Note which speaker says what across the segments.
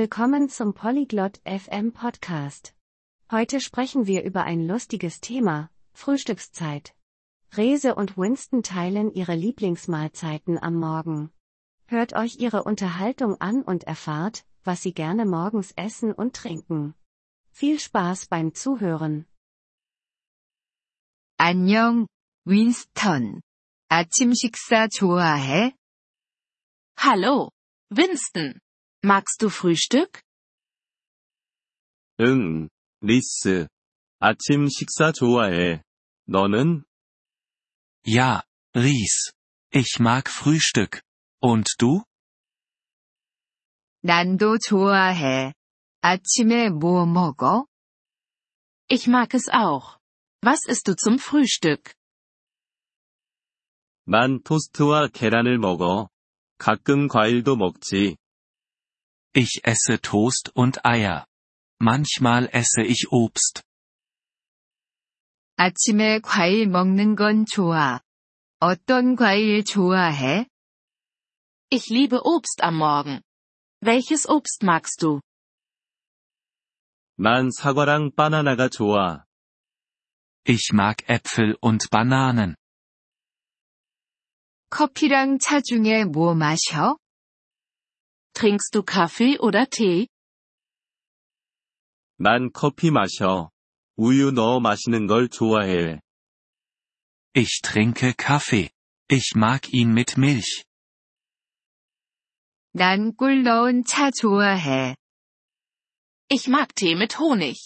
Speaker 1: Willkommen zum Polyglot FM Podcast. Heute sprechen wir über ein lustiges Thema, Frühstückszeit. Rese und Winston teilen ihre Lieblingsmahlzeiten am Morgen. Hört euch ihre Unterhaltung an und erfahrt, was sie gerne morgens essen und trinken. Viel Spaß beim Zuhören.
Speaker 2: 안녕, 윈스턴. 아침 식사 좋아해?
Speaker 3: Hallo, Winston. Magst du Frühstück?
Speaker 4: 응, 리스. 아침 식사 좋아해. 너는?
Speaker 5: Ja, Ries. Ich mag Frühstück. Und du?
Speaker 2: 난도 좋아해. 아침에 뭐 먹어?
Speaker 3: Ich mag es auch. Was isst du zum Frühstück?
Speaker 4: 난 토스트와 계란을 먹어. 가끔 과일도 먹지.
Speaker 5: Ich esse Toast und Eier. Manchmal esse ich Obst.
Speaker 2: 아침에 과일 먹는 건 좋아. 어떤 과일 좋아해?
Speaker 3: Ich liebe Obst am Morgen. Welches Obst magst du?
Speaker 4: 난 사과랑 바나나가 좋아.
Speaker 5: Ich mag Äpfel und Bananen.
Speaker 2: 커피랑 차 중에 뭐 마셔?
Speaker 3: Trinkst du Kaffee oder Tee?
Speaker 4: 난 커피 마셔. 우유 넣어 마시는 걸 좋아해.
Speaker 5: Ich trinke Kaffee. Ich mag ihn mit Milch.
Speaker 2: 난 꿀 넣은 차 좋아해.
Speaker 3: Ich mag Tee mit Honig.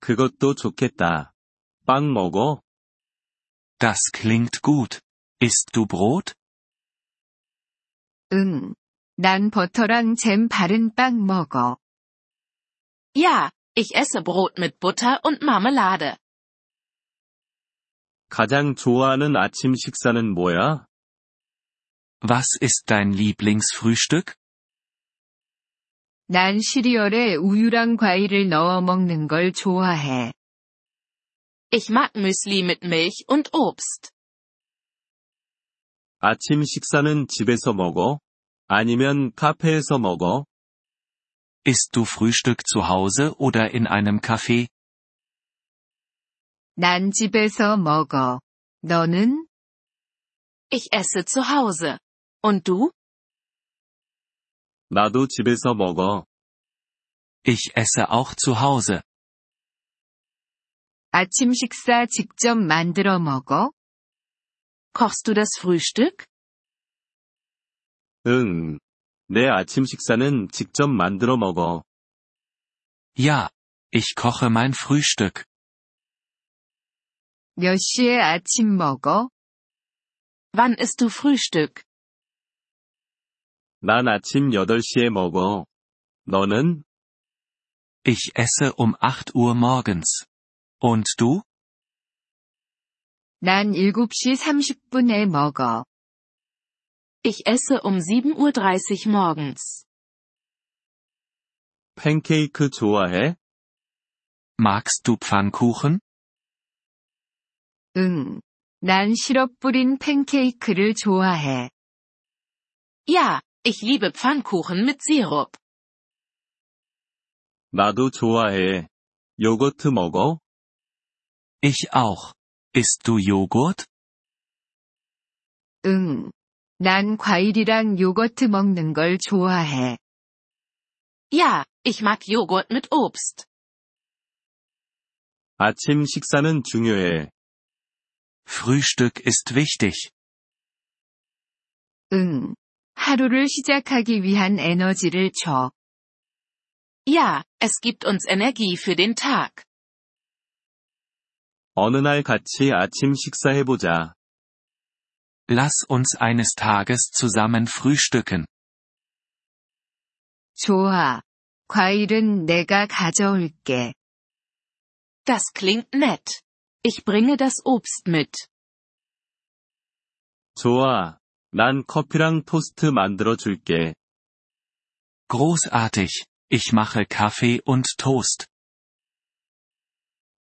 Speaker 4: 그것도 좋겠다. 빵 먹어?
Speaker 5: Das klingt gut. Isst du Brot?
Speaker 2: 응. 난 버터랑 잼 바른 빵 먹어.
Speaker 3: Ja, ich esse Brot mit Butter und Marmelade.
Speaker 4: 가장 좋아하는 아침 식사는 뭐야?
Speaker 5: Was ist dein Lieblingsfrühstück?
Speaker 2: 난 시리얼에 우유랑 과일을 넣어 먹는 걸 좋아해.
Speaker 3: Ich mag Müsli mit Milch und Obst.
Speaker 4: 아침 식사는 집에서 먹어? 아니면 카페에서 먹어?
Speaker 5: Isst du Frühstück zu Hause oder in einem Café?
Speaker 2: 난 집에서 먹어. 너는?
Speaker 3: Ich esse zu Hause. Und du?
Speaker 4: 나도 집에서 먹어.
Speaker 5: Ich esse auch zu Hause.
Speaker 2: 아침 식사 직접 만들어 먹어?
Speaker 3: Kochst du das Frühstück?
Speaker 4: 응. 내 아침 식사는 직접 만들어 먹어.
Speaker 5: Ja, ich koche mein Frühstück.
Speaker 2: 몇 시에 아침 먹어?
Speaker 3: Wann isst du Frühstück?
Speaker 4: 난 아침 8시에 먹어. 너는?
Speaker 5: Ich esse um 8 Uhr morgens. Und du?
Speaker 2: 난 7시 30분에 먹어.
Speaker 3: Ich esse um 7.30 Uhr morgens.
Speaker 4: 팬케이크 좋아해?
Speaker 5: Magst du Pfannkuchen?
Speaker 2: 응. 난 시럽 뿌린 팬케이크를 좋아해.
Speaker 3: Ja, ich liebe Pfannkuchen mit Sirup.
Speaker 4: 나도 좋아해. 요거트 먹어?
Speaker 5: Ich auch. Isst du Joghurt?
Speaker 2: 응. 난 과일이랑 요거트 먹는 걸 좋아해.
Speaker 3: Ja, ich mag Joghurt mit Obst.
Speaker 4: 아침 식사는 중요해.
Speaker 5: Frühstück ist wichtig.
Speaker 2: 응. 하루를 시작하기 위한 에너지를 줘.
Speaker 3: Ja, es gibt uns Energie für den Tag.
Speaker 4: 어느 날 같이 아침 식사해보자.
Speaker 5: Lass uns eines Tages zusammen frühstücken.
Speaker 2: 좋아. 과일은 내가 가져올게.
Speaker 3: Das klingt nett. Ich bringe das Obst mit.
Speaker 4: 좋아. 난 커피랑 토스트 만들어 줄게.
Speaker 5: Großartig. Ich mache Kaffee und Toast.